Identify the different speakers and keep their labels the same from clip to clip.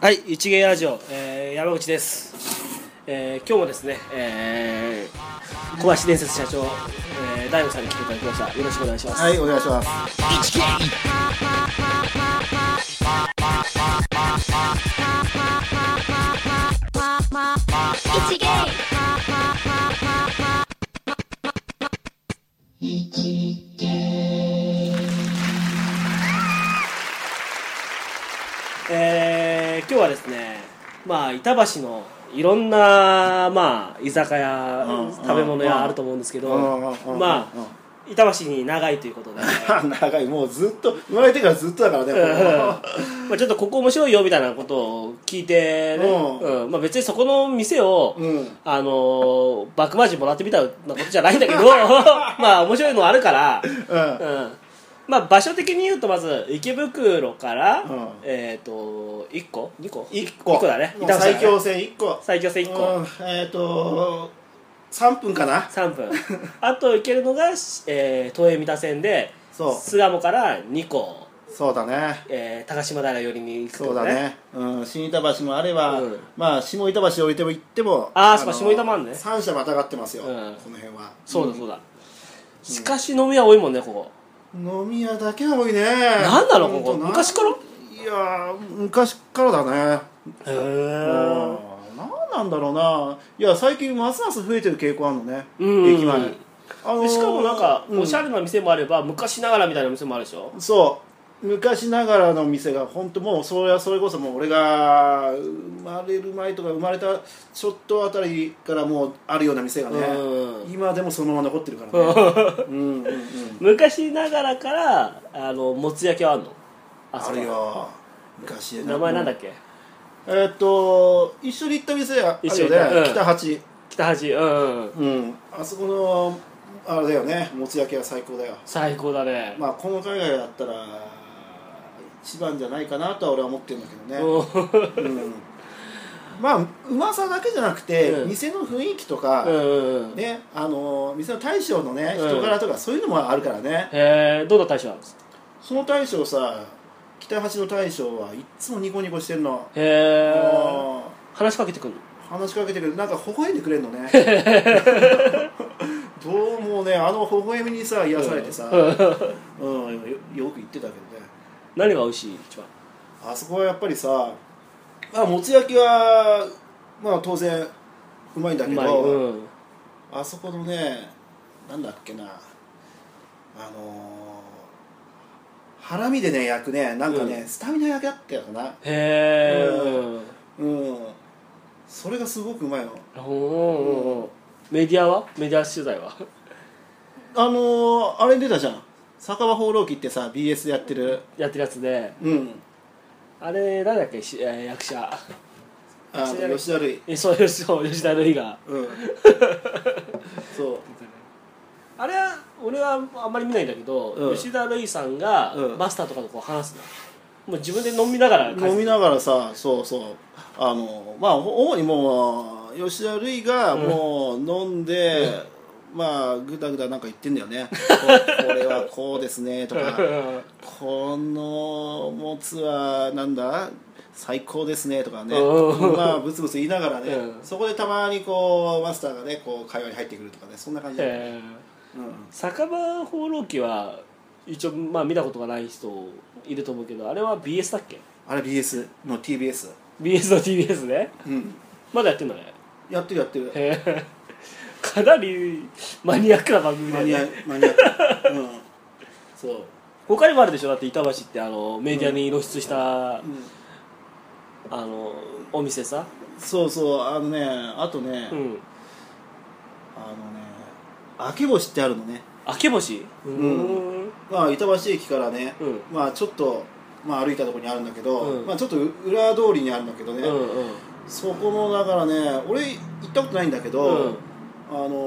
Speaker 1: はい、一芸ラジオ、えー、山口です。えー、今日もですね、えー、小林伝説社長、えー、大悟さんに来ていただきました。よろしくお願いします。
Speaker 2: はい、お願いします。
Speaker 3: 一芸
Speaker 1: えー、今日はですね、まあ板橋のいろんなまあ居酒屋、
Speaker 2: うん
Speaker 1: 食べ物屋あると思うんですけど、
Speaker 2: うん
Speaker 1: まあ、板橋に長いということで。
Speaker 2: 長い、もうずっと、生まれてからずっとだからね、これ
Speaker 1: まあちょっとここ面白いよみたいなことを聞いてね、
Speaker 2: うん
Speaker 1: うんまあ、別にそこの店を、
Speaker 2: うん
Speaker 1: あのーバックマージンもらってみたいなことじゃないんだけ どまあ面白いのあるから、
Speaker 2: うん。
Speaker 1: うんまあ、場所的に言うとまず池袋から、
Speaker 2: うん
Speaker 1: えっ、と1個2個
Speaker 2: 一個。
Speaker 1: だね
Speaker 2: もう
Speaker 1: 板橋だね
Speaker 2: 最強戦一個。
Speaker 1: 最強線1個、
Speaker 2: うんえっと、三分かな
Speaker 1: 3分 あと行けるのが、えー、東映三田線で
Speaker 2: そう
Speaker 1: 巣鴨から2個、
Speaker 2: そうだね。
Speaker 1: えー高島平寄りに行くと
Speaker 2: そうだね。うん、新板橋もあれば
Speaker 1: うん、
Speaker 2: まあ、下板橋降りても行っても、
Speaker 1: あーそ
Speaker 2: の
Speaker 1: うか下板もあんね
Speaker 2: 三社またがってますよ、
Speaker 1: う
Speaker 2: こ
Speaker 1: ん
Speaker 2: の辺は。
Speaker 1: そうだそうだ、しかし飲み屋多いもんねここ、
Speaker 2: 飲み屋だけが多いね。
Speaker 1: なんなのこ
Speaker 2: ほ
Speaker 1: こ
Speaker 2: んとな
Speaker 1: 昔からへ
Speaker 2: いやー、昔からだね。
Speaker 1: え
Speaker 2: 何なんだろうないや最近ますます増えてる傾向あるのね、
Speaker 1: うん
Speaker 2: 駅前、あのー
Speaker 1: しかもなんか
Speaker 2: うん
Speaker 1: おしゃれな店もあれば昔ながらみたいな店もあるでしょ
Speaker 2: そう昔ながらの店が本当もうそれはそれこそもう俺が生まれる前とか生まれたちょっとあたりからもうあるような店がね、
Speaker 1: うん
Speaker 2: 今でもそのまま残ってるからねうんうん、うん、
Speaker 1: 昔ながらからあのもつ焼きはあんのあ
Speaker 2: あ
Speaker 1: そこ
Speaker 2: るよ昔
Speaker 1: 名前なんだっけ
Speaker 2: えーっと一緒に行った店ある
Speaker 1: 一緒
Speaker 2: よ
Speaker 1: に行った
Speaker 2: ね、
Speaker 1: うん
Speaker 2: 北八
Speaker 1: 北八うんうん
Speaker 2: うんあそこのあれだよねもつ焼きは最高だよ
Speaker 1: 最高だね、
Speaker 2: まあこの海外だったら一番じゃないかなとは俺は思ってるんだけどね、
Speaker 1: うん
Speaker 2: うんまあうまさだけじゃなくて、
Speaker 1: うん
Speaker 2: 店の雰囲気とか、
Speaker 1: うんうん
Speaker 2: ねあのー店の大将のね
Speaker 1: うん
Speaker 2: 人柄とか、そういうのもあるからね
Speaker 1: へえどんな大将なんですか
Speaker 2: その大将さ北橋の大将はいっつもニコニコしてんの、
Speaker 1: へえ
Speaker 2: も
Speaker 1: 話しかけてくんの
Speaker 2: う話しかけてくれるなんか微笑んでくれるの ねどうもねあの微笑みにさ癒されてさ、うんよよく言ってたけどね
Speaker 1: 何が美味しい一番
Speaker 2: あそこはやっぱりさ、まあ、もつ焼きは、まあ、当然うまいんだ
Speaker 1: う
Speaker 2: け
Speaker 1: まい
Speaker 2: ど、
Speaker 1: うん
Speaker 2: あそこのねなんだっけなあのー、ハラミでね焼くねなんかね、
Speaker 1: う
Speaker 2: スタミナ焼きだったかな
Speaker 1: へえ
Speaker 2: うんうんそれがすごくうまいの
Speaker 1: おおメディアはメディア取材は
Speaker 2: あのー、あれ出たじゃん酒場放浪記ってさ BS やってる
Speaker 1: やってるやつで
Speaker 2: うん
Speaker 1: あれなんだっけしえー役者
Speaker 2: あの吉田類
Speaker 1: えそう吉そう吉田類が
Speaker 2: うんそう
Speaker 1: あれは俺はあんまり見ないんだけど、
Speaker 2: うん
Speaker 1: 吉田類さんが
Speaker 2: うん
Speaker 1: マスターとかとこう話すの、もう自分で飲みながら
Speaker 2: 飲みながらさそうそうあのまあほ主にもう吉田類がもう飲んで、まあぐだぐだなんか言ってんだ よねここれはこうですねとか
Speaker 1: うん
Speaker 2: このもつはなんだ最高ですねとかね
Speaker 1: うん
Speaker 2: まあブツブツ言いながらね、
Speaker 1: うん
Speaker 2: そこでたまにこうマスターがねこう会話に入ってくるとかねそんな感じで、
Speaker 1: えー
Speaker 2: うん
Speaker 1: 酒場放浪記は一応まあ見たことがない人いると思うけどあれは BS だっけ
Speaker 2: あれ BS の TBS
Speaker 1: BS の TBS ね
Speaker 2: うん
Speaker 1: まだやってんのね
Speaker 2: やってるやってる
Speaker 1: へえかなりマニアックな番組だ
Speaker 2: 間
Speaker 1: よ
Speaker 2: に合
Speaker 1: ね
Speaker 2: い間に合った、うん、そう
Speaker 1: 他にもあるでしょだって板橋ってあのメディアに露出した、あのお店さ、
Speaker 2: そうそうあのねあとね、
Speaker 1: うん、
Speaker 2: あのね明け星ってあるのね
Speaker 1: 明け星うーん
Speaker 2: まあ板橋駅からね、
Speaker 1: うん
Speaker 2: まあちょっと、まあ、歩いたところにあるんだけど、
Speaker 1: うん
Speaker 2: まあちょっと裏通りにあるんだけどね、
Speaker 1: うんうん
Speaker 2: そこもだからね俺行ったことないんだけ
Speaker 1: う
Speaker 2: ど、
Speaker 1: ん
Speaker 2: あのー、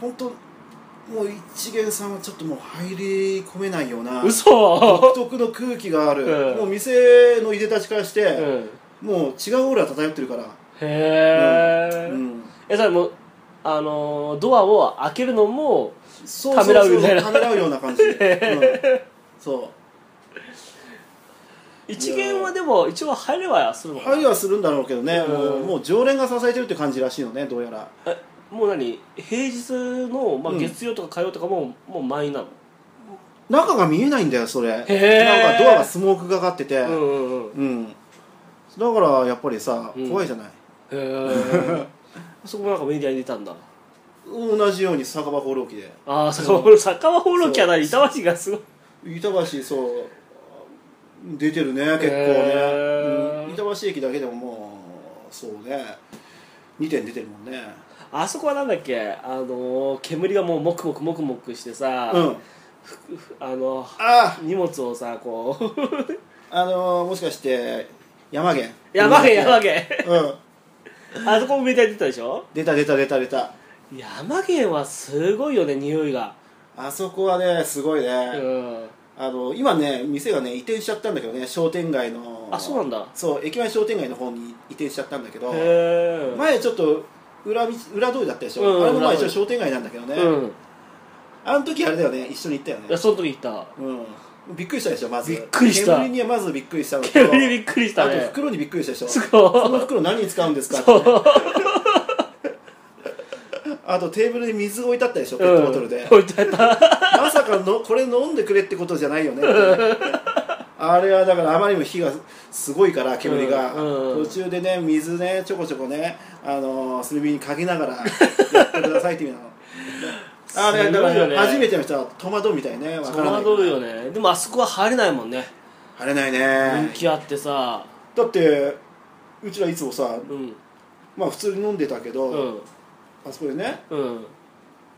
Speaker 2: 本当もう一元さんはちょっともう入り込めないような独
Speaker 1: 嘘
Speaker 2: 特の空気がある、
Speaker 1: うん
Speaker 2: もう店のいでたちからして、
Speaker 1: うん
Speaker 2: もう違うオーラ漂ってるから、
Speaker 1: へえ、
Speaker 2: うん
Speaker 1: えそれもうあのードアを開けるのも
Speaker 2: そう
Speaker 1: ためらうみたいな
Speaker 2: そうそうためらうような感じで、うんそう
Speaker 1: 一元はでも一応入れはするのかな
Speaker 2: 入りはするんだろうけどね、
Speaker 1: うん
Speaker 2: もうもう常連が支えてるって感じらしいのねどうやら
Speaker 1: えもう何平日の、まあ、
Speaker 2: うん
Speaker 1: 月曜とか火曜とかも、もう満員なの
Speaker 2: 中が見えないんだよそれなんか
Speaker 1: ー
Speaker 2: ドアがスモークがかってて
Speaker 1: う
Speaker 2: うん、
Speaker 1: んうんうん
Speaker 2: だからやっぱりさ
Speaker 1: うん
Speaker 2: 怖いじゃない、
Speaker 1: へ えそこもなんかメディアに出たんだ
Speaker 2: 同じように酒場放浪記で
Speaker 1: ああ酒場放浪酒場放浪記は何板橋がすごい
Speaker 2: 板橋そう出てるね結構ね、
Speaker 1: へー
Speaker 2: うん板橋駅だけでももうそうね2点出てるもんね
Speaker 1: あそこはなんだっけあのー煙がもうもくもくもくもくしてさ、
Speaker 2: うん
Speaker 1: あの
Speaker 2: あ
Speaker 1: 荷物をさこう
Speaker 2: ああのーもしかして山源
Speaker 1: 山毛山毛
Speaker 2: うん
Speaker 1: あそこもメディアに出たでしょ
Speaker 2: 出た出た出た出た
Speaker 1: 山毛はすごいよね匂いが
Speaker 2: あそこはねすごいね、
Speaker 1: うん
Speaker 2: あの今ね店がね移転しちゃったんだけどね商店街の
Speaker 1: あそうなんだ
Speaker 2: そう駅前商店街の方に移転しちゃったんだけど
Speaker 1: へえ
Speaker 2: 前ちょっと裏道裏通りだったでしょ、
Speaker 1: うん
Speaker 2: あれもまあ
Speaker 1: 裏通り
Speaker 2: 一応商店街なんだけどね、
Speaker 1: うん
Speaker 2: あの時あれだよね一緒に行ったよ
Speaker 1: いや
Speaker 2: ね
Speaker 1: その時行った
Speaker 2: うんびっくりしたでしょまず
Speaker 1: びっくりした
Speaker 2: 煙にはまずびっくりしたのと
Speaker 1: 煙にびっくりしたね
Speaker 2: あと袋にびっくりしたでしょ
Speaker 1: す
Speaker 2: そ
Speaker 1: ご
Speaker 2: の
Speaker 1: い
Speaker 2: 袋何に使うんですかってね、あとテーブルに水置いてあったでしょペットボトルで、
Speaker 1: うん、置いてあった
Speaker 2: まさかのこれ飲んでくれってことじゃないよねあれはだからあまりにも火がすごいから煙が、
Speaker 1: うんうん
Speaker 2: 途中でね水ねちょこちょこね、あのー炭火にかけながらやってくださいって意味なのあれだ
Speaker 1: す
Speaker 2: か
Speaker 1: ごいよね
Speaker 2: ら初めての人は戸惑うみたいねわ
Speaker 1: 戸
Speaker 2: からない
Speaker 1: 惑うよねでもあそこは入れないもんね
Speaker 2: 晴れない
Speaker 1: 人
Speaker 2: ね
Speaker 1: 気あってさ
Speaker 2: だってうちらいつもさ
Speaker 1: うん
Speaker 2: まあ普通に飲んでたけど、
Speaker 1: うん
Speaker 2: あそこでね
Speaker 1: うん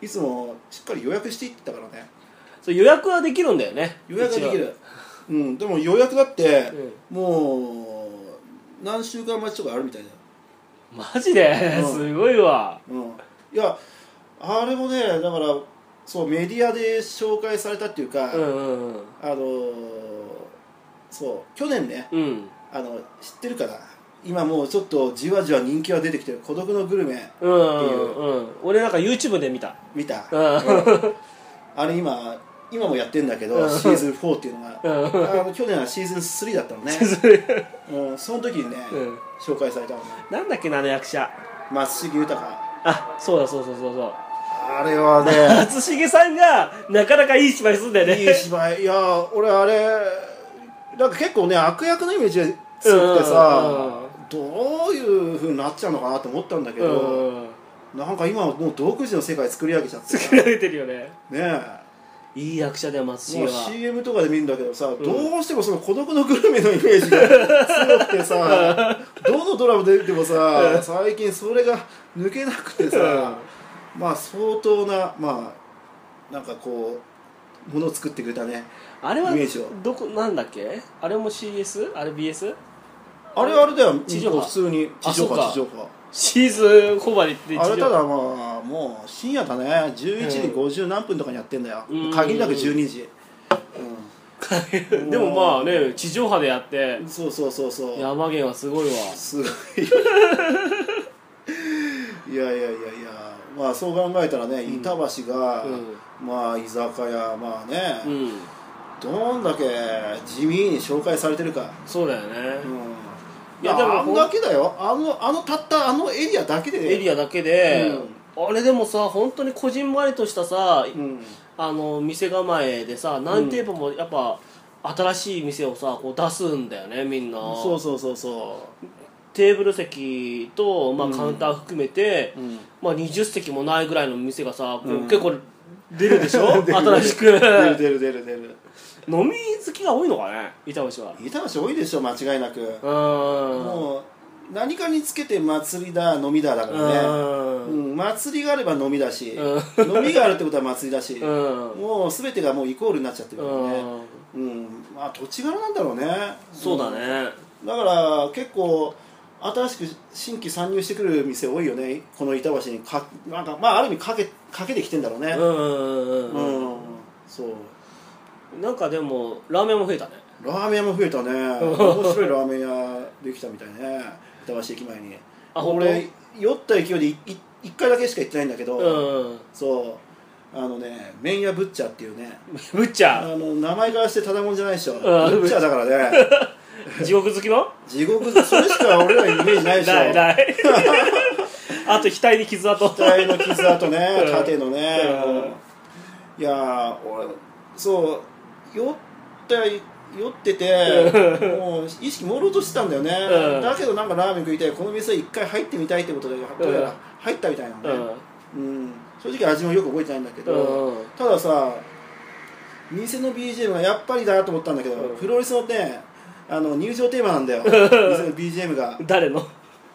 Speaker 2: いつもしっかり予約していってたからね
Speaker 1: そう予約はできるんだよね
Speaker 2: 予約ができるうんでも予約だって、
Speaker 1: う
Speaker 2: もう何週間待ちとかあるみたいだよ、
Speaker 1: マジで、
Speaker 2: うん
Speaker 1: すごいわ
Speaker 2: うん、いやあれもねだからそうメディアで紹介されたっていうか、
Speaker 1: うんうんうん
Speaker 2: あのーそう去年ね
Speaker 1: うん
Speaker 2: あの知ってるかな今もうちょっとじわじわ人気が出てきてる孤独のグルメ
Speaker 1: うん
Speaker 2: っていう
Speaker 1: うんうん俺なんか YouTube で見た
Speaker 2: 見た、
Speaker 1: うん
Speaker 2: あれ今今もやってんだけど、
Speaker 1: うん
Speaker 2: シーズン4っていうのが、
Speaker 1: うん
Speaker 2: あの去年はシーズン3だったのね、うん、その時にね、
Speaker 1: うん
Speaker 2: 紹介されたのね
Speaker 1: なんだっけなあの役者
Speaker 2: 松重豊
Speaker 1: あそうだそうそうそうそう
Speaker 2: あれはね
Speaker 1: 松重さんがなかなかいい芝居するんだよね
Speaker 2: いい芝居いやー俺あれなんか結構ね悪役のイメージが強くてさどういうふうになっちゃうのかなと思ったんだけ
Speaker 1: う
Speaker 2: ど
Speaker 1: ん
Speaker 2: なんか今はもう独自の世界作り上げちゃって
Speaker 1: 作
Speaker 2: ね
Speaker 1: られてるよね
Speaker 2: え
Speaker 1: いい役者だよ松
Speaker 2: も
Speaker 1: 重
Speaker 2: う
Speaker 1: は
Speaker 2: CM とかで見るんだけどさ、どうしてもその孤独のグルメのイメージが強くて さどのドラマ出てもさ最近それが抜けなくてさまあ相当なまあなんかこうものを作ってくれたね
Speaker 1: あれは
Speaker 2: イメージは
Speaker 1: どこなんだっけあれも CS? あれ BS?
Speaker 2: あれあれだよ
Speaker 1: 地上波
Speaker 2: 普通に
Speaker 1: あ
Speaker 2: 地上
Speaker 1: そうか
Speaker 2: 波地上波
Speaker 1: シーズンコバリって
Speaker 2: あれた
Speaker 1: だ
Speaker 2: だまあもう深夜だね11時50何分とかにやってんだよ
Speaker 1: うん
Speaker 2: 限りなく12時
Speaker 1: でもまあね地上波でやって
Speaker 2: うんそうそうそうそう
Speaker 1: 山源はすごいわ
Speaker 2: すごい いやいやいやいやまあそう考えたらね板橋が
Speaker 1: うん
Speaker 2: まあ居酒屋まあ
Speaker 1: う
Speaker 2: ね
Speaker 1: ん
Speaker 2: どんだけ地味に紹介されてるか
Speaker 1: そうだよね
Speaker 2: うん
Speaker 1: い
Speaker 2: い
Speaker 1: や
Speaker 2: や
Speaker 1: でも
Speaker 2: あんだけだよあのあのたったあのエリアだけで
Speaker 1: エリアだけで
Speaker 2: う
Speaker 1: あれでもさ本当にこじんまりとしたさ
Speaker 2: うん
Speaker 1: あの店構えでさ何店舗もやっぱ新しい店をさこう出すんだよねみんな
Speaker 2: そうそうそうそ
Speaker 1: テーブル席と、まあ、カウンター含めて、
Speaker 2: う、うん
Speaker 1: まあ、20席もないぐらいの店がさ、こう
Speaker 2: うん
Speaker 1: 結構出るでしょ
Speaker 2: 出る
Speaker 1: 新しく
Speaker 2: 出る出る出る出る
Speaker 1: 飲み好きが多いのかね板橋は
Speaker 2: 板橋多いでしょ間違いなく
Speaker 1: う、ーん
Speaker 2: もう何かにつけて祭りだ飲みだだか
Speaker 1: う
Speaker 2: らね、う
Speaker 1: ーん
Speaker 2: ん、祭りがあれば飲みだし、
Speaker 1: う
Speaker 2: 飲みがあるってことは祭りだし、
Speaker 1: うん
Speaker 2: もう全てがもうイコールになっちゃってるから
Speaker 1: うん
Speaker 2: ねうんまあ土地柄なんだろうね
Speaker 1: そうだね
Speaker 2: だから結構新しく新規参入してくる店多いよねこの板橋にかなんかまあある意味かけかけてきてんだろう
Speaker 1: う
Speaker 2: ね
Speaker 1: んうん
Speaker 2: う
Speaker 1: うん
Speaker 2: ん、そう
Speaker 1: なんかでもラーメンも増えたね
Speaker 2: ラーメン屋も増えたね面白いラーメン屋できたみたいね板橋駅前に
Speaker 1: あ本当
Speaker 2: 俺酔った勢いでいい一回だけしか行ってないんだけど、
Speaker 1: うん
Speaker 2: そうあのね麺屋ブ ッチャーっていうね
Speaker 1: ぶっち
Speaker 2: あ
Speaker 1: ゃ
Speaker 2: の名前からしてただもんじゃないでしょ、
Speaker 1: ん
Speaker 2: ブッチャーだからね
Speaker 1: 地獄好きの
Speaker 2: 地獄だそれしか俺らイメージないでし ょ
Speaker 1: ないないあと額に傷跡
Speaker 2: 額の傷跡ね
Speaker 1: うん
Speaker 2: 縦のね、
Speaker 1: うん
Speaker 2: もういやー俺そう酔った酔っててもう意識朦朧としてたんだよね、
Speaker 1: うん
Speaker 2: だけどなんかラーメン食いたいこの店一回入ってみたいってことでどうやら入ったみたいなの
Speaker 1: う
Speaker 2: ね、
Speaker 1: ん
Speaker 2: うん正直味もよく覚えてないんだけ
Speaker 1: う
Speaker 2: ど、
Speaker 1: ん
Speaker 2: たださ店の BGM はやっぱりだと思ったんだけど、
Speaker 1: うん
Speaker 2: フロリスのねあの入場テーマ なんだよ店の BGM が
Speaker 1: 誰の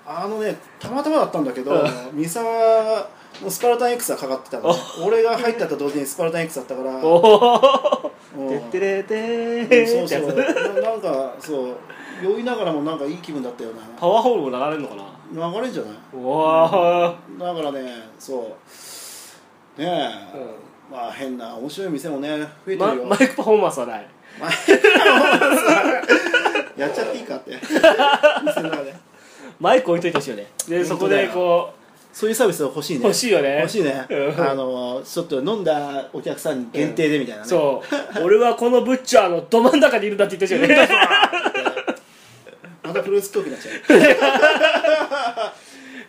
Speaker 2: あのねたまたまだったんだけど、
Speaker 1: う
Speaker 2: 三沢のスパルタン X がかかってたの、ね、俺が入ったと同時にスパルタン X だったから
Speaker 1: おお
Speaker 2: うん
Speaker 1: てってれて
Speaker 2: うん
Speaker 1: ー
Speaker 2: そ
Speaker 1: っ
Speaker 2: う
Speaker 1: て
Speaker 2: そ
Speaker 1: や
Speaker 2: う
Speaker 1: つ
Speaker 2: ななんかそう酔いながらもなんかいい気分だったよね
Speaker 1: パワーホールも流れるのかな
Speaker 2: 流れんじゃない
Speaker 1: お
Speaker 2: だからねそうねえ、まあ変な面白い店もね増え
Speaker 1: ー
Speaker 2: て
Speaker 1: ま
Speaker 2: るよ、
Speaker 1: マイクパフォーマンスはない
Speaker 2: やっちゃっていいかって 店の中で
Speaker 1: マイク置いといてほしいよねでそこでこ
Speaker 2: そういうサービス欲しいね
Speaker 1: 欲しいよね
Speaker 2: 欲しいね、
Speaker 1: うん
Speaker 2: あのちょっと飲んだお客さんに限定でみたいな
Speaker 1: う
Speaker 2: ね、
Speaker 1: そう俺はこのブッチャーのど真ん中にいるんだって言ってほしいよね
Speaker 2: またプロレストークになっちゃう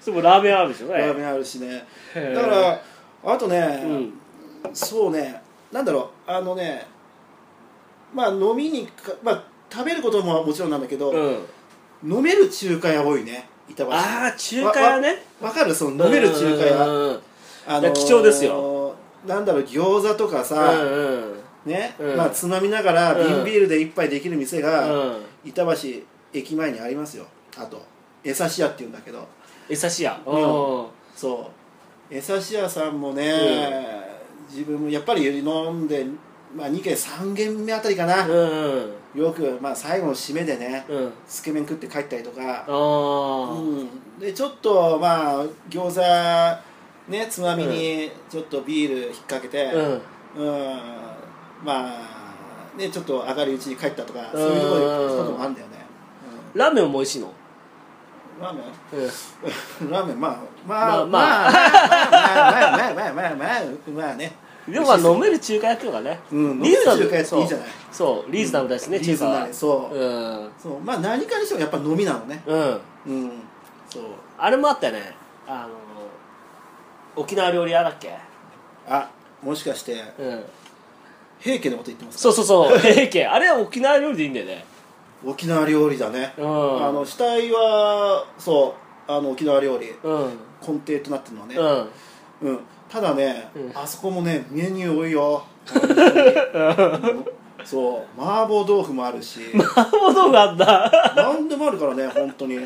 Speaker 1: そうもうラーメンあるでしょ
Speaker 2: ラー
Speaker 1: ね
Speaker 2: メンあるしね
Speaker 1: へー
Speaker 2: だからあとね、
Speaker 1: うん
Speaker 2: そうねなんだろうあのねまあ飲みにかまあ食べることももちろんなんだけど、
Speaker 1: うん
Speaker 2: 飲める中華屋多いね板橋
Speaker 1: ああ中華屋ね
Speaker 2: わわかるその飲める中華屋
Speaker 1: うん
Speaker 2: あ
Speaker 1: いや貴重ですよ
Speaker 2: なんだろう餃子とか
Speaker 1: う
Speaker 2: さ、
Speaker 1: んうん
Speaker 2: ね、
Speaker 1: うん
Speaker 2: まあつまみながら
Speaker 1: うん
Speaker 2: 瓶ビールで一杯できる店が
Speaker 1: うん
Speaker 2: 板橋駅前にありますよあと江刺屋っていうんだけど
Speaker 1: えさしや
Speaker 2: うんそう江刺屋さんもね、自分もやっぱり飲んで、まあ、2軒3軒目あたりかな、
Speaker 1: うん
Speaker 2: よく、まあ、最後の締めでね
Speaker 1: うん
Speaker 2: つけ麺食って帰ったりとか、
Speaker 1: あ
Speaker 2: うん、でちょっとまあ餃子ねつまみにちょっとビール引っ掛けて、
Speaker 1: あうん
Speaker 2: うんまあねちょっと上がりうちに帰ったとか
Speaker 1: うん
Speaker 2: そういうところでこともあるんだよね、
Speaker 1: ラーメンも美味しいの
Speaker 2: うんラーメン
Speaker 1: うん
Speaker 2: ラーメンまあまあまあ
Speaker 1: ま
Speaker 2: ま
Speaker 1: あ
Speaker 2: あまあまあまあまあまあまあまあね
Speaker 1: でもまあ飲める中華屋っていうのがね、
Speaker 2: うん
Speaker 1: リーズナブ
Speaker 2: 飲める
Speaker 1: ル
Speaker 2: 中華屋っていいじゃない
Speaker 1: そうそうリーズナブルだしね、
Speaker 2: リ
Speaker 1: 中
Speaker 2: ーズ
Speaker 1: 華
Speaker 2: ナ
Speaker 1: は
Speaker 2: ルそう、
Speaker 1: うん
Speaker 2: そうまあ何かにしてもやっぱ飲みなのね
Speaker 1: うん
Speaker 2: うんそう
Speaker 1: あれもあったよねあの沖縄料理屋だっけ
Speaker 2: あもしかして
Speaker 1: うん
Speaker 2: 平家のこと言ってます
Speaker 1: そうそうそう平家あれは沖縄料理でいいんだよね
Speaker 2: 沖縄料理だね、
Speaker 1: うん
Speaker 2: あの死体はそうあの沖縄料理
Speaker 1: うん
Speaker 2: 根底となってるのはね
Speaker 1: う、ん
Speaker 2: うん、ただね、
Speaker 1: うん
Speaker 2: あそこもねメニュー多 いよそう麻婆豆腐もあるし
Speaker 1: あ物があった
Speaker 2: 何でもあるからね本当に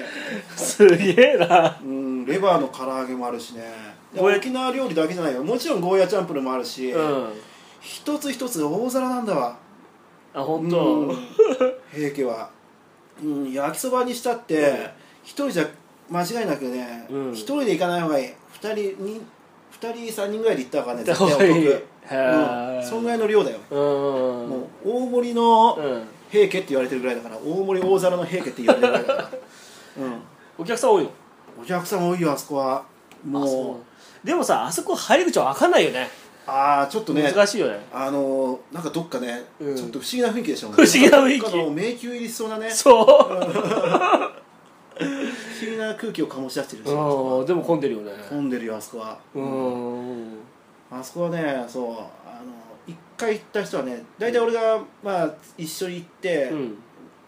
Speaker 1: すげえな
Speaker 2: うんレバーの唐揚げもあるしねいや
Speaker 1: ゴーヤ
Speaker 2: 沖縄料理だけじゃないよもちろんゴーヤチャンプルーもあるし、
Speaker 1: うん
Speaker 2: 一つ一つが大皿なんだわ
Speaker 1: あ本
Speaker 2: う
Speaker 1: 当
Speaker 2: ん 平家は、うん、焼きそばにしたって一、人じゃ間違いなくね一、
Speaker 1: うん
Speaker 2: 人で行かない方がいい二人に二人三人ぐらいで行った方がね
Speaker 1: 行った
Speaker 2: 絶対
Speaker 1: 方
Speaker 2: お
Speaker 1: がいい
Speaker 2: 得、
Speaker 1: へ
Speaker 2: う
Speaker 1: ー
Speaker 2: ん、そんぐらいの量だよ
Speaker 1: うん
Speaker 2: もう大盛りの
Speaker 1: うん
Speaker 2: 平家って言われてるぐらいだから大盛り大皿の平家って言われてるぐらいだ から、
Speaker 1: お客さん多いの
Speaker 2: うん、お客さん多いよあそこは
Speaker 1: あ
Speaker 2: も
Speaker 1: そううでもさあそこ入り口は開かないよね
Speaker 2: ああちょっとね
Speaker 1: 難しいよね
Speaker 2: あのーなんかどっかね、
Speaker 1: うん
Speaker 2: ちょっと不思議な雰囲気でしょ不
Speaker 1: 不思議な雰囲気
Speaker 2: なんかもう迷宮入りしそうなね
Speaker 1: そう
Speaker 2: 不思議な空気を醸し出してるでしょ
Speaker 1: うんでも混んでるよね
Speaker 2: 混んでるよあそこは
Speaker 1: うん
Speaker 2: あそこはねそうあの一回行った人はね大体俺が、まあ、一緒に行って、
Speaker 1: うん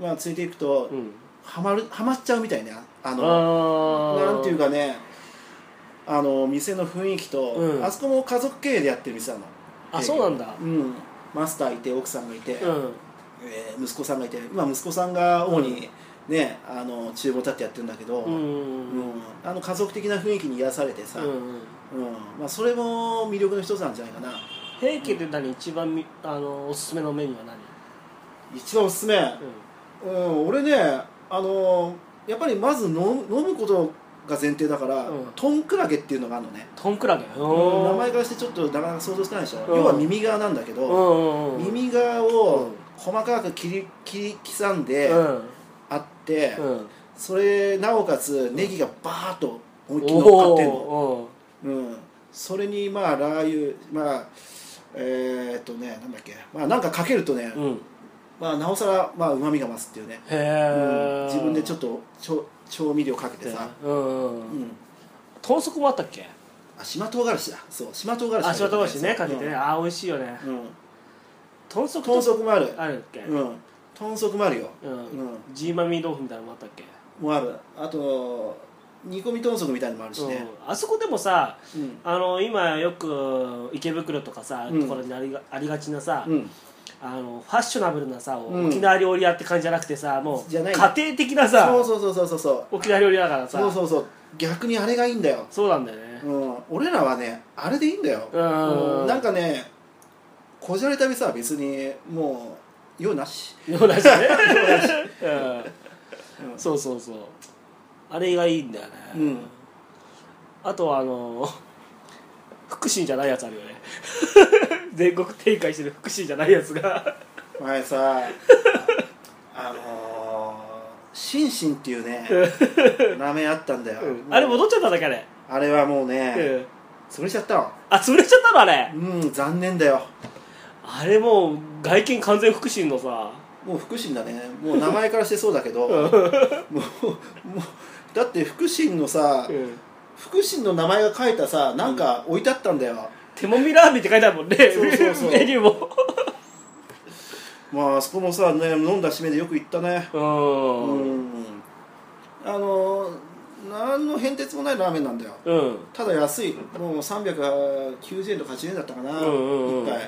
Speaker 2: まあ、連れて行くと、
Speaker 1: うん
Speaker 2: ハマるハマっちゃうみたいなあの
Speaker 1: あ
Speaker 2: なんていう
Speaker 1: か
Speaker 2: かねあの店の雰囲気と、
Speaker 1: うん
Speaker 2: あそこも家族経営でやってる店なの
Speaker 1: あそうなんだ
Speaker 2: うんマスターいて奥さんがいて、
Speaker 1: うん
Speaker 2: えー息子さんがいて今息子さんが主にね、あの厨房立ってやってるんだけど、
Speaker 1: うん
Speaker 2: うんあの家族的な雰囲気に癒されてさ、
Speaker 1: う
Speaker 2: うん
Speaker 1: ん
Speaker 2: まあ、それも魅力の一つなんじゃないかな
Speaker 1: 平家で何一番みあのおすすめのメニューは
Speaker 2: 一番おすすめ、うん、俺ねあのやっぱりまず飲む飲むことが前提だから、
Speaker 1: うん
Speaker 2: トンクラゲっていうのがあるのね
Speaker 1: 何トンクラゲ
Speaker 2: 名
Speaker 1: 名
Speaker 2: 前からしてちょっとなかなか想像してないでしょ、
Speaker 1: うん
Speaker 2: 要は耳側なんだけ
Speaker 1: うん
Speaker 2: ど、
Speaker 1: うんうん
Speaker 2: 耳側を細かく切り切り刻んで
Speaker 1: うん
Speaker 2: あって、
Speaker 1: うん
Speaker 2: それなおかつネギがバーッと思いっきり乗っかってんの
Speaker 1: おお
Speaker 2: うん、それにまあラー油まあえーっとねなんだっけまあなんかかけるとね、
Speaker 1: うん
Speaker 2: まあ、なおさらまあ旨味が増すっていうね、
Speaker 1: へ
Speaker 2: うん
Speaker 1: え、
Speaker 2: 自分でちょっ
Speaker 1: と
Speaker 2: と調調味料かけてさ、
Speaker 1: うんうん
Speaker 2: う
Speaker 1: うん
Speaker 2: ん、
Speaker 1: 豚足もあったっけ
Speaker 2: あ島唐辛子だそう島唐辛子
Speaker 1: あ白唐辛子ねかけてね、ああ美味しいよね
Speaker 2: うん、うん
Speaker 1: 豚足と
Speaker 2: 豚足もある
Speaker 1: あるっけ
Speaker 2: うん豚足もあるよ
Speaker 1: うん
Speaker 2: うん
Speaker 1: ジーマミー豆腐みたいなのもあったっけ
Speaker 2: もうあるあと煮込み豚足みたいのもあるしね
Speaker 1: うんあそこでもさ
Speaker 2: うん
Speaker 1: あの今よく池袋とかさ、
Speaker 2: うん
Speaker 1: ところにありがありがちなさ、
Speaker 2: うん
Speaker 1: あのファッショナブルなさ、
Speaker 2: うん
Speaker 1: 沖縄料理屋って感じじゃなくてさもう
Speaker 2: じ
Speaker 1: 家
Speaker 2: ゃない
Speaker 1: 庭的なさ
Speaker 2: そうそうそうそうそうそう
Speaker 1: 沖縄料理屋だからさ
Speaker 2: そうそうそう逆にあれがいいんだよ、
Speaker 1: そうなんだよね
Speaker 2: うん、俺らはねあれでいいんだよ
Speaker 1: うん
Speaker 2: なんかねこじゃれた店は別にもう用なし
Speaker 1: 洋梨ねうん
Speaker 2: うん
Speaker 1: そうそうそうあれがいいんだよね、
Speaker 2: うん
Speaker 1: あとはあの 福神じゃないやつあるよね 全国展開してる福神じゃないやつが
Speaker 2: 前さあのー、シンシンっていうね ラーメンあったんだよ、
Speaker 1: うんあれ戻っちゃったんだっけあれ、
Speaker 2: あれはもうね、
Speaker 1: うん
Speaker 2: 潰れちゃったわ
Speaker 1: あ潰れちゃったのあれ
Speaker 2: うん残念だよ
Speaker 1: あれもう外見完全福神のさ
Speaker 2: もう福神だねもう名前からしてそうだ けどもうもうだって福神のさ
Speaker 1: うん
Speaker 2: 福神の名前が書いたさなんか置いてあったんだよ、
Speaker 1: 手もみラーメンって書いてあるもんね
Speaker 2: そうそうそ う
Speaker 1: メニュー も
Speaker 2: まああそこもさ、ね、飲んだ締めでよく行ったねう
Speaker 1: うんうん
Speaker 2: んあの何の変哲もないラーメンなんだよ
Speaker 1: うん
Speaker 2: ただ安いもう390円とか80円だったかな、
Speaker 1: うんうんうん
Speaker 2: 一杯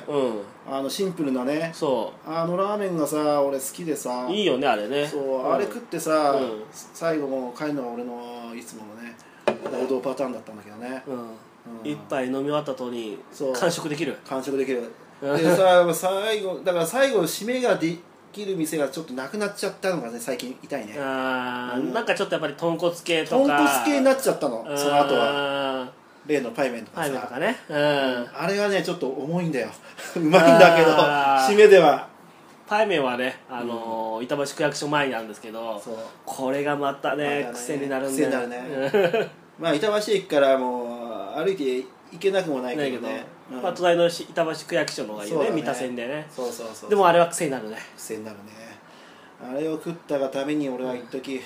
Speaker 2: あのシンプルなね
Speaker 1: そ
Speaker 2: あのラーメンがさ俺好きでさ
Speaker 1: ういいよねあれね
Speaker 2: そう、
Speaker 1: ん
Speaker 2: あれ食ってさ、
Speaker 1: うん
Speaker 2: 最後もう帰るのが俺のいつものね王道パターンだったんだけどね、
Speaker 1: うん
Speaker 2: うん
Speaker 1: 一杯飲み終わった後に
Speaker 2: そう
Speaker 1: 完食できる
Speaker 2: 完食で きる
Speaker 1: うん
Speaker 2: でさ最後だから最後締めができる店がちょっとなくなっちゃったのがね最近痛いね
Speaker 1: あ
Speaker 2: う
Speaker 1: ー
Speaker 2: ん
Speaker 1: なんかちょっとやっぱり豚骨系と
Speaker 2: 豚
Speaker 1: か
Speaker 2: 骨系になっちゃったの
Speaker 1: うん
Speaker 2: その後は例のパイメンとか
Speaker 1: パイ
Speaker 2: さ
Speaker 1: メンとかねうん
Speaker 2: あれはねちょっと重いんだよ うまいんだけど
Speaker 1: あー
Speaker 2: 締めでは
Speaker 1: パイメンはねあのー板橋区役所前にあるんですけど
Speaker 2: そう
Speaker 1: これがまたね
Speaker 2: またね
Speaker 1: 癖になるんだよ
Speaker 2: 癖になまあ板橋駅からもう歩いて行けなくもない
Speaker 1: だ
Speaker 2: け
Speaker 1: け
Speaker 2: ど
Speaker 1: ど
Speaker 2: ね、うん
Speaker 1: まあ隣のし板橋区役所の方がいいよ
Speaker 2: そう
Speaker 1: ね
Speaker 2: だね
Speaker 1: 三田線でね
Speaker 2: そうそうそう
Speaker 1: でもあれは癖になるね
Speaker 2: 癖になるねあれを食ったがために俺は一時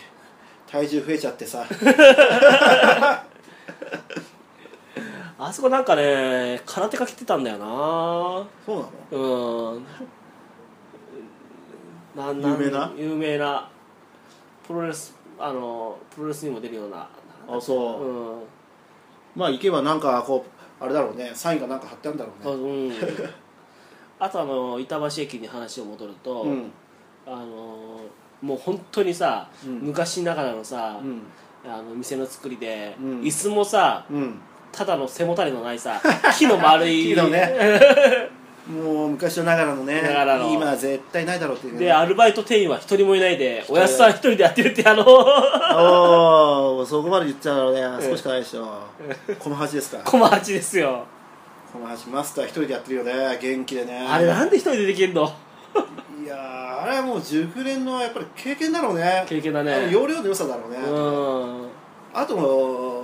Speaker 2: 体重増えちゃっ てさ
Speaker 1: あそこなんかね空手家来てたんだよな
Speaker 2: そうなの
Speaker 1: うんなんん
Speaker 2: 有名な
Speaker 1: 有名なプロレスあのプロレスにも出るような
Speaker 2: あそう
Speaker 1: うんあ
Speaker 2: まあ行けばなんかこうあれだろうねサインがなんか貼ってあるんだろうね
Speaker 1: うん あとあの板橋駅に話を戻ると、
Speaker 2: うん
Speaker 1: あのもう本当にさ、
Speaker 2: うん
Speaker 1: 昔ながらのさ、
Speaker 2: うん
Speaker 1: あの店の作りで、
Speaker 2: うん
Speaker 1: 椅子もさ
Speaker 2: うん
Speaker 1: ただの背もたれのないさ 木の丸い
Speaker 2: いいの ねもう昔のながらのね
Speaker 1: ながらの
Speaker 2: 今は絶対ないだろうっていうね
Speaker 1: でアルバイト店員は一人もいないで
Speaker 2: 人
Speaker 1: おやすさん一人でやってるってあの
Speaker 2: おおそこまで言っちゃうのね少しかないでしょこの橋ですか
Speaker 1: コマ八ですよ
Speaker 2: この橋マスター一人でやってるよね元気でね
Speaker 1: あれなんで一人でできるの
Speaker 2: いやーあれはもう熟練のやっぱり経験だろうね
Speaker 1: 経験だ
Speaker 2: あの
Speaker 1: ね
Speaker 2: 容量の良さだろうね、
Speaker 1: うん
Speaker 2: あともう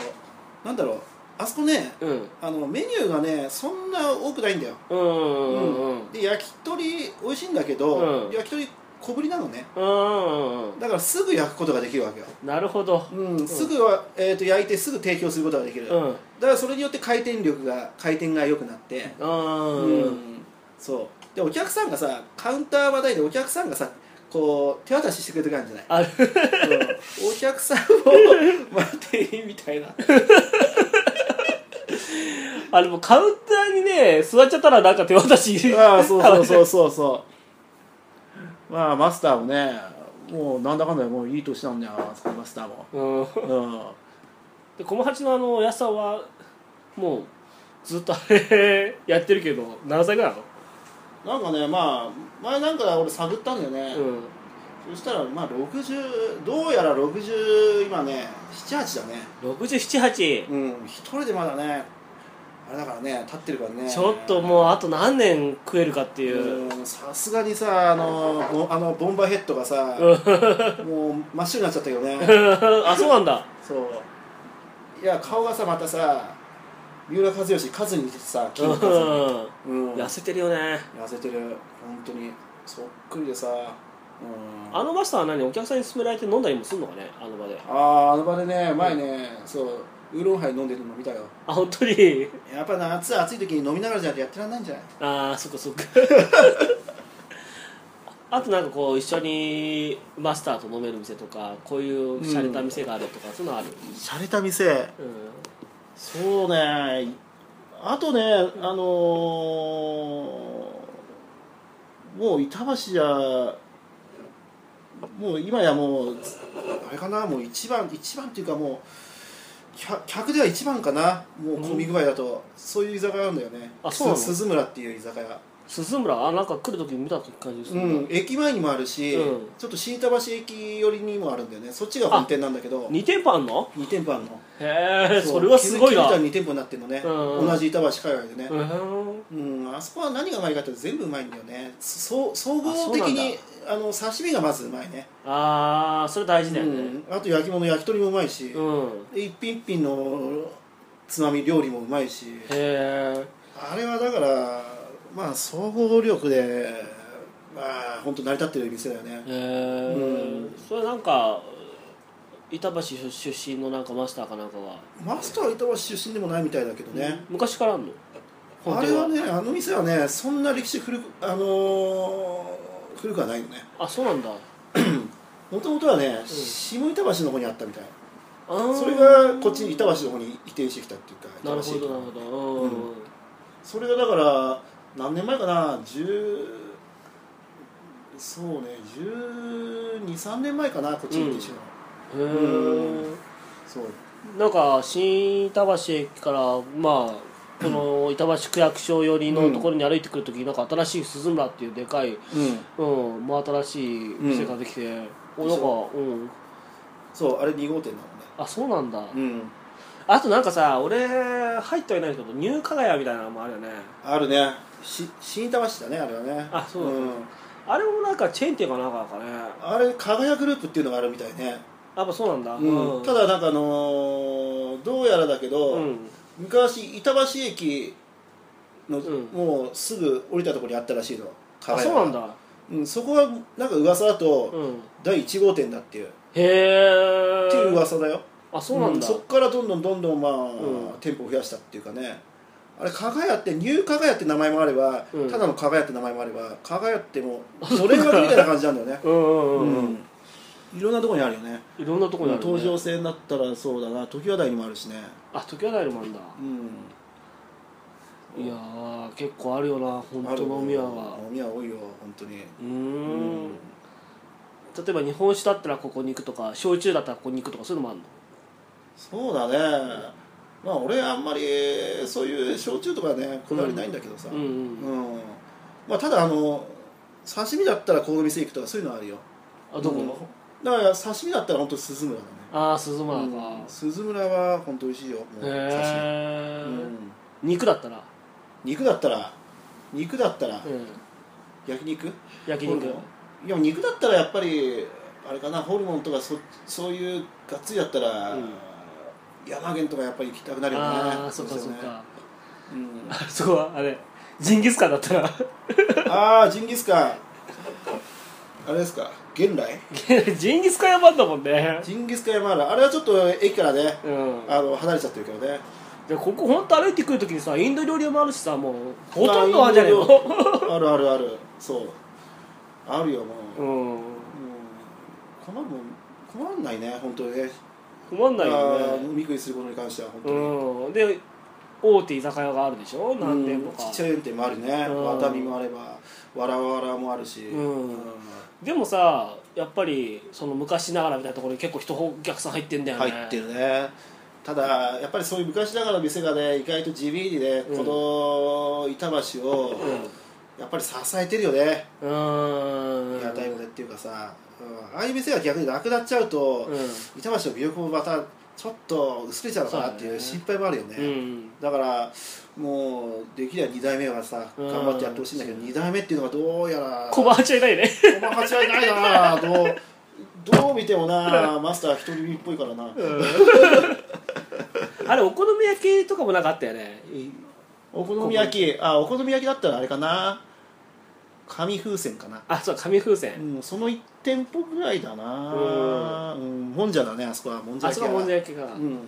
Speaker 2: なんだろうあそこね
Speaker 1: うん
Speaker 2: あのメニューがねそんな多くないんだよ、
Speaker 1: うんうんうんうん
Speaker 2: で焼き鳥美味しいんだけど、
Speaker 1: うん
Speaker 2: 焼き鳥小ぶりなのね
Speaker 1: うんうん
Speaker 2: だからすぐ焼くことができるわけよ、
Speaker 1: なるほど
Speaker 2: うんすぐは、えー、と焼いてすぐ提供することができる、
Speaker 1: う
Speaker 2: だ
Speaker 1: ん
Speaker 2: からそれによって回転力が回転が良くなって、
Speaker 1: うん
Speaker 2: うんそうでお客さんがさカウンター話題でお客さんがさこう手渡ししてくれてるんじゃない
Speaker 1: ある
Speaker 2: うんお客さんを待っていいみたいな
Speaker 1: あれもうカウンターにね座っちゃったらなんか手渡し
Speaker 2: ああそうそうそうそうそうまあマスターもねもうなんだかんだもういい年なんだよマスターも
Speaker 1: うん
Speaker 2: うん
Speaker 1: で小八のあの安さはもうずっとあれ やってるけど何歳ぐらい
Speaker 2: なんかねまあ前なんか俺探ったんだよね
Speaker 1: な、のうん
Speaker 2: そしたらまあ60どうやら60今ね78だね
Speaker 1: 678
Speaker 2: うん一人でまだねあれだからね立ってるからね
Speaker 1: ちょっともうあと何年食えるかっていう
Speaker 2: うんさすがにさあのボあのボンバーヘッドがさ
Speaker 1: う
Speaker 2: もう真っ白になっちゃったけどね
Speaker 1: あそうなんだ
Speaker 2: そういや顔がさまたさ三浦知良カズに似ててさ
Speaker 1: う
Speaker 2: 筋肉がさ、
Speaker 1: ん
Speaker 2: うん、
Speaker 1: 痩せてるよね
Speaker 2: 痩せてる本当にそっくりでさ、うん、
Speaker 1: あのマスターは何お客さんに勧められて飲んだりもするのかねあの場で
Speaker 2: あーあの場でね前ね、そうウーロンハイ飲んでるの見たよ
Speaker 1: あ本当に
Speaker 2: やっぱ夏暑い時に飲みながらじゃやってらんないんじゃない
Speaker 1: ああそっかそっか ああとなんかこう一緒にマスターと飲める店とかこういう洒落た店があるとか、そういうのある
Speaker 2: 洒落た店
Speaker 1: うん
Speaker 2: そうねあとねあのーもう板橋じゃもう今やもうあれかなもう一番一番っていうかもう客客では一番かなもう混み具合だと、そういう居酒屋なんだよね
Speaker 1: あそうなの
Speaker 2: す鈴村っていう居酒屋
Speaker 1: 鈴村あなんか来る時見た感じす
Speaker 2: う
Speaker 1: るな、
Speaker 2: ん、駅前にもあるし、
Speaker 1: うん
Speaker 2: ちょっと新板橋駅寄りにもあるんだよねそっちが本店なんだけど
Speaker 1: 2店舗あんの
Speaker 2: 2店舗あるの
Speaker 1: へえそれはすごいなう
Speaker 2: 2店舗になってるのね、
Speaker 1: うん
Speaker 2: 同じ板橋界隈でね、
Speaker 1: ーん
Speaker 2: うん、あそこは何がうまいかって全部うまいんだよねそ総
Speaker 1: あそ
Speaker 2: 合
Speaker 1: う
Speaker 2: 的
Speaker 1: なんだ
Speaker 2: にあの刺身がまずうまいね
Speaker 1: ああそれ大事だよね
Speaker 2: うん、あと焼き物焼き鳥もうまいし、
Speaker 1: うん、
Speaker 2: で一品一品のつまみ料理もうまいし
Speaker 1: へえ
Speaker 2: あれはだからまあ総合力でまあ本当成り立ってる店だよね
Speaker 1: へえ、
Speaker 2: うん
Speaker 1: それなんか板橋出身のなんかマスターかなんかは、
Speaker 2: マスターは板橋出身でもないみたいだけどね、
Speaker 1: 昔からあんの
Speaker 2: あれはねあの店はねそんな歴史古くあのー古くはないのね
Speaker 1: あそうなんだ
Speaker 2: もともとはね、下板橋の方にあったみたい
Speaker 1: あー
Speaker 2: それがこっちに板橋の方に移転してきたっていうか
Speaker 1: なる
Speaker 2: 板
Speaker 1: ほ
Speaker 2: 橋
Speaker 1: ど
Speaker 2: 駅
Speaker 1: なるほどうん、
Speaker 2: うんそれがだから何年前かな10そうね1 2 3年前かなこっちに移転したの、
Speaker 1: へえ
Speaker 2: そう
Speaker 1: なんか新板橋駅からまあこの板橋区役所寄りのところに歩いてくるとき、なんか新しい鈴村っていうでかい、
Speaker 2: うん
Speaker 1: うん、もう新しい店ができて、おなんかうん
Speaker 2: そうあれ2号店なのね
Speaker 1: あそうなんだ、
Speaker 2: うん
Speaker 1: あとなんかさ俺入ってはいないけどニュー加賀屋みたいなのもあるよね
Speaker 2: あるねし新板橋だねあれはね
Speaker 1: あそうだ
Speaker 2: ん
Speaker 1: あれもなんかチェーン店かなんかなのかね
Speaker 2: あれ加賀屋グループっていうのがあるみたいね、
Speaker 1: やっぱそうなんだ、
Speaker 2: うんただなんかあのーどうやらだけど、
Speaker 1: うん
Speaker 2: 昔板橋駅の、
Speaker 1: うん
Speaker 2: もうすぐ降りたところにあったらしいの加
Speaker 1: あ
Speaker 2: 賀屋
Speaker 1: そうなんだ
Speaker 2: うん、そこはなんか噂だと、
Speaker 1: うん
Speaker 2: 第1号店だっていう、
Speaker 1: へえ
Speaker 2: っていう噂だよ
Speaker 1: あそうなんだ、
Speaker 2: そこからどんどんどんどんまあ、
Speaker 1: うん
Speaker 2: 店舗を増やしたっていうかねあれ加賀屋ってニュー加賀屋って名前もあれば、
Speaker 1: うん
Speaker 2: ただの加賀屋って名前もあれば加賀屋って もうそれがみたいな感じなんだよね
Speaker 1: うん うん
Speaker 2: う、
Speaker 1: うんん、
Speaker 2: いろんなとこにあるよね
Speaker 1: いろんなとこにある、ね、
Speaker 2: 東上線だったらそうだな常盤台にもあるしね
Speaker 1: あ時はダイルマンだ、
Speaker 2: うん
Speaker 1: いやー結構あるよな本当の飲み屋は
Speaker 2: 飲み屋多いよ本当
Speaker 1: う
Speaker 2: に
Speaker 1: ーん例えば日本酒だったらここに行くとか焼酎だったらここに行くとかそういうのもあるの
Speaker 2: そうだねまあ俺あんまりそういう焼酎とかねこだわりないんだけどさ、
Speaker 1: うんうん、
Speaker 2: うんまあ、ただあの刺身だったらこの店行くとかそういうのはあるよ
Speaker 1: あどこ、
Speaker 2: うんだから刺身だったら本当鈴村だね
Speaker 1: ああ鈴村か、
Speaker 2: うん鈴村は本当美味しいよもう刺身、
Speaker 1: へえ、
Speaker 2: うん、
Speaker 1: 肉だったら、
Speaker 2: 肉だったら肉だったら
Speaker 1: うん、
Speaker 2: 焼肉
Speaker 1: 焼肉
Speaker 2: ホルモンいや肉だったらやっぱりあれかなホルモンとかそそういうがっつりだったら、
Speaker 1: うん
Speaker 2: 山源とかやっぱり行きたくなるよね
Speaker 1: ああそっ
Speaker 2: う
Speaker 1: か
Speaker 2: です
Speaker 1: そ
Speaker 2: よ
Speaker 1: っ
Speaker 2: ね
Speaker 1: か、
Speaker 2: うん
Speaker 1: あ そこはあれジンギスカンだったら
Speaker 2: ああジンギスカンあれですか元来
Speaker 1: ジンギスカン屋もあんだもんね
Speaker 2: ジンギスカン山原あれはちょっと駅からね
Speaker 1: うん
Speaker 2: あの離れちゃってるけどね
Speaker 1: でここ本当歩いてくるときにさインド料理屋もあるしさもうほとんどあるじゃねえの
Speaker 2: あるあるあるそうあるよもう、
Speaker 1: う
Speaker 2: うん、
Speaker 1: ん
Speaker 2: 困るもん困んないね本当にね
Speaker 1: 困んないよ
Speaker 2: あー
Speaker 1: ね
Speaker 2: 飲み食いすることに関しては本当に、
Speaker 1: うんで大手居酒屋があるでしょ何店舗
Speaker 2: うん
Speaker 1: か
Speaker 2: ちっちゃい店もあるね
Speaker 1: うん
Speaker 2: ワタミもあればわらわらもあるし、
Speaker 1: うんでもさやっぱりその昔ながらみたいなところに結構人お客さん入ってんだよね
Speaker 2: 入ってるねただやっぱりそういう昔ながらの店がね意外と地味にね、
Speaker 1: うん
Speaker 2: この板橋を、やっぱり支えてるよね
Speaker 1: うんうん
Speaker 2: 屋台骨っていうかさ、うん、ああいう店が逆になくなっちゃうと、
Speaker 1: う
Speaker 2: 板橋の魅力もまたちょっと薄れちゃうのかなって
Speaker 1: そうだ
Speaker 2: いう
Speaker 1: ね
Speaker 2: 心配もあるよね
Speaker 1: んうん
Speaker 2: だからもうできれば2代目はさ
Speaker 1: うん
Speaker 2: 頑張ってやってほしいんだけど2代目っていうのがどうやら
Speaker 1: 小
Speaker 2: 駒
Speaker 1: 鉢はいないね
Speaker 2: 八はいないなどうどう見てもなマスター一人身っぽいからな
Speaker 1: あれお好み焼きとかもなんかあったよねい
Speaker 2: お好み焼きあお好み焼きだったらあれかな紙風船かな、
Speaker 1: あそう紙風船、
Speaker 2: うん、その1店舗ぐらいだなうん、もんじゃだねあそこはもんじゃ
Speaker 1: あ
Speaker 2: 焼
Speaker 1: そ
Speaker 2: き
Speaker 1: こ
Speaker 2: 屋
Speaker 1: はもんじゃ焼きが、
Speaker 2: うん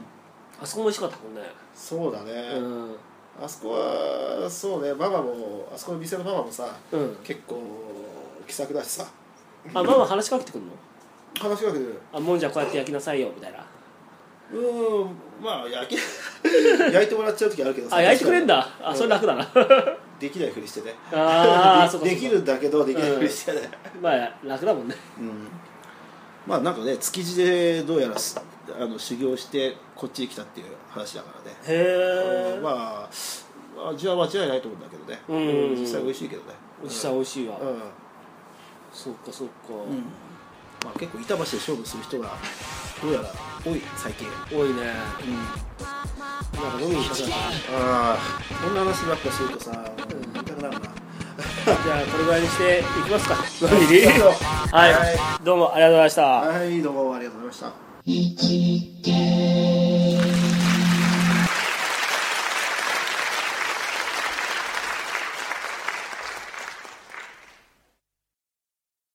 Speaker 1: あそこも美味しかったもんね
Speaker 2: そうだね、
Speaker 1: うん
Speaker 2: あそこはそうねママもあそこの店のママもさ
Speaker 1: うん
Speaker 2: 結構気さくだしさ
Speaker 1: あママ話しかけてくんの
Speaker 2: 話しかけてくる
Speaker 1: あもんじゃこうやって焼きなさいよみたいな
Speaker 2: うんまあ焼き 焼いてもらっちゃう時あるけど
Speaker 1: あ焼いてくれんだあそれ楽だな
Speaker 2: できないふりしてね
Speaker 1: あー
Speaker 2: で
Speaker 1: そうかそうか
Speaker 2: できるんだけどできないふりしてね、
Speaker 1: まあ楽だもんね
Speaker 2: うんまあなんかね築地でどうやらすあの修行してこっちに来たっていう話だからね
Speaker 1: へえ、
Speaker 2: うんまあ味は間違いないと思うんだけどね、
Speaker 1: うん
Speaker 2: ん実際美味しいけどね
Speaker 1: おじさん美味しいわ、
Speaker 2: うん、うん
Speaker 1: そっかそっか、
Speaker 2: まあ、結構板橋で勝負する人がどうやら多い最近
Speaker 1: 多いねなんか飲みに行きたくなっ
Speaker 2: ああこんな話ばっかするとさ言いたくなる な
Speaker 1: たじゃあこれぐらいにしていきますかはい、
Speaker 2: は
Speaker 1: どうもありがとうございました、
Speaker 2: い、はい、どうもありがとうございました
Speaker 3: 生きてる